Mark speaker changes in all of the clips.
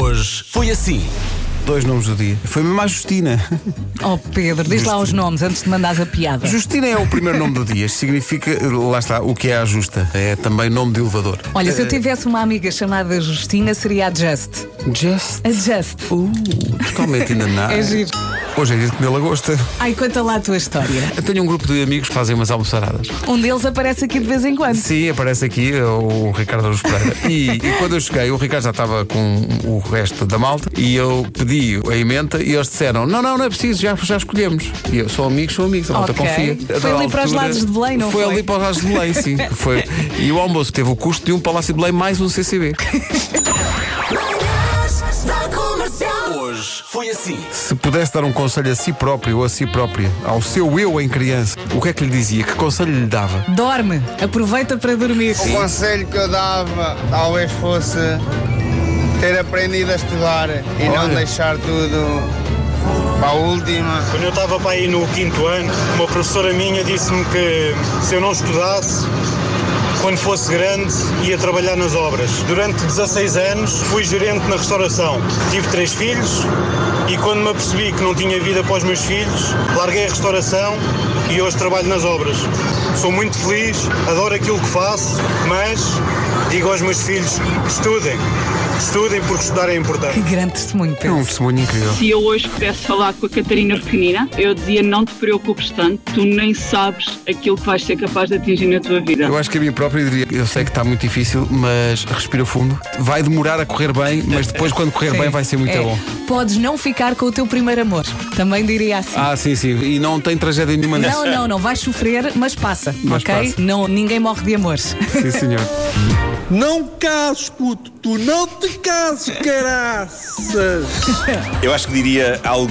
Speaker 1: Hoje foi assim.
Speaker 2: Dois nomes do dia. Foi mesmo a Justina.
Speaker 3: Oh Pedro, diz lá os nomes antes de mandares a piada.
Speaker 2: Justina é o primeiro nome do dia. Isto Significa, lá está, o que é a justa. É também nome de elevador. Eh,
Speaker 3: Olha, se eu tivesse uma amiga chamada Justina, seria a Just.
Speaker 2: Just.
Speaker 3: A Just.
Speaker 2: Uh, totalmente ainda nada.
Speaker 3: É giro.
Speaker 2: Hoje é dia de comer lagosta.
Speaker 3: Ai, conta lá a tua história.
Speaker 2: Eu tenho um grupo de amigos que fazem umas almoçaradas.
Speaker 3: Um deles aparece aqui de vez em quando.
Speaker 2: Sim, aparece aqui eh, o Ricardo Aruz Pereira. E, e quando eu cheguei, o Ricardo já estava com o resto da malta e eu pedi a emenda e eles disseram: Não, não, não é preciso, já, já escolhemos. E eu sou amigos, sou amigos, a malta
Speaker 3: Ok.
Speaker 2: confia.
Speaker 3: Foi ali
Speaker 2: A dada
Speaker 3: para os lados de Belém, não foi?
Speaker 2: ali para os lados de Belém, sim. Foi. E o almoço teve o custo de um Palácio de Belém mais um CCB.
Speaker 4: Manhãs da comercial.
Speaker 1: Hoje foi assim.
Speaker 2: Se pudesse dar um conselho a si próprio ou a si própria, ao seu eu em criança, o que é que lhe dizia? Que conselho lhe dava?
Speaker 3: Dorme, aproveita para dormir.
Speaker 5: O conselho que eu dava talvez fosse ter aprendido a estudar e não
Speaker 2: Olha.
Speaker 5: deixar tudo para a última.
Speaker 6: Quando eu estava para aí no quinto ano, uma professora minha disse-me que se eu não estudasse, quando fosse grande, ia trabalhar nas obras. Durante 16 anos, fui gerente na restauração. Tive três filhos e quando me apercebi que não tinha vida para os meus filhos, larguei a restauração e hoje trabalho nas obras. Sou muito feliz, adoro aquilo que faço, mas digo aos meus filhos, estudem. Estudem porque estudar é importante.
Speaker 3: Que grande testemunho,
Speaker 2: É um
Speaker 3: Pedro.
Speaker 2: testemunho incrível.
Speaker 7: Se eu hoje pudesse falar com a Catarina Pequenina, eu dizia: não te preocupes tanto, tu nem sabes aquilo que vais ser capaz de atingir na tua vida.
Speaker 2: Eu acho que a mim próprio diria, eu sei que está muito difícil, mas respira fundo. Vai demorar a correr bem, mas depois quando correr bem vai ser muito
Speaker 3: É.
Speaker 2: bom.
Speaker 3: Podes não ficar com o teu primeiro amor. Também diria assim.
Speaker 2: Ah, sim, sim. E não tem tragédia nenhuma
Speaker 3: Não, não, não, vais sofrer, mas passa,
Speaker 2: Mas
Speaker 3: ok?
Speaker 2: passa.
Speaker 3: Não, ninguém morre de amores.
Speaker 2: Sim, senhor.
Speaker 8: Não cases, puto, tu não te cases, caraças!
Speaker 9: Eu acho que diria algo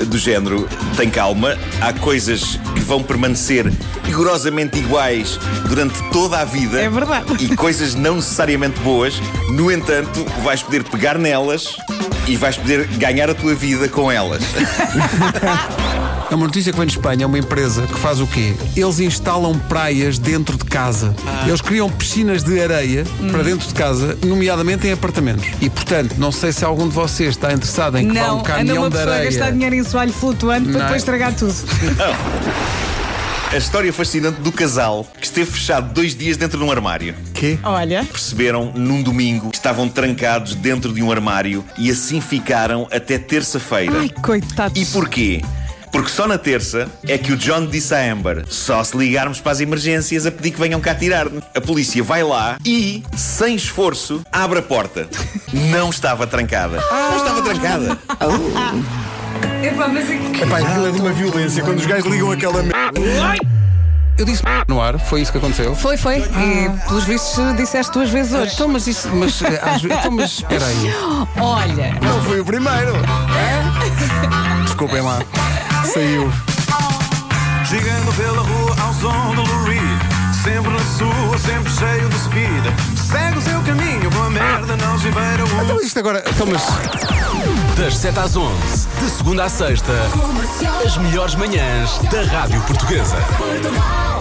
Speaker 9: eh, do género: tem calma, há coisas que vão permanecer rigorosamente iguais durante toda a vida.
Speaker 3: É verdade.
Speaker 9: E coisas não necessariamente boas, no entanto, vais poder pegar nelas e vais poder ganhar a tua vida com elas.
Speaker 2: É uma notícia que vem de Espanha, é uma empresa que faz o quê? Eles instalam praias dentro de casa.
Speaker 3: Ah.
Speaker 2: Eles criam piscinas de areia
Speaker 3: Hum.
Speaker 2: para dentro de casa, nomeadamente em apartamentos. E portanto, não sei se algum de vocês está interessado em que vá um
Speaker 3: não, anda
Speaker 2: caminhão
Speaker 3: uma
Speaker 2: de
Speaker 3: pessoa a
Speaker 2: areia.
Speaker 3: gastar dinheiro em soalho flutuante para
Speaker 2: Não.
Speaker 3: depois estragar tudo.
Speaker 9: A história é fascinante do casal que esteve fechado dois dias dentro de um armário.
Speaker 2: Quê?
Speaker 3: Olha,
Speaker 9: perceberam num domingo que estavam trancados dentro de um armário e assim ficaram até terça-feira.
Speaker 3: ai coitados.
Speaker 9: E porquê? Porque só na terça é que o John disse a Amber: só se ligarmos para as emergências a pedir que venham cá tirar-me. A polícia vai lá e, sem esforço, abre a porta. Não estava trancada. Não estava trancada.
Speaker 3: Epá, mas é que-
Speaker 2: Pai, aquilo é de uma violência quando os gajos ligam aquela merda. Eu disse no ar, foi isso que aconteceu.
Speaker 3: Foi, foi. E pelos vistos disseste duas vezes hoje.
Speaker 2: Então, mas isso. Mas, eh, às vezes- então, mas espera aí.
Speaker 3: Olha,
Speaker 2: Não foi o primeiro. Desculpem lá. Saiu.
Speaker 10: Chegando pela rua ao som do Lou Reed Sempre na sua, sempre cheio de speed Segue o seu caminho, com a merda não se beira o
Speaker 2: Então, isto agora. Então, mas.
Speaker 1: Das 7 às 11, de segunda à sexta,
Speaker 4: Comercial.
Speaker 1: as melhores manhãs da Rádio Portuguesa.
Speaker 4: Portugal.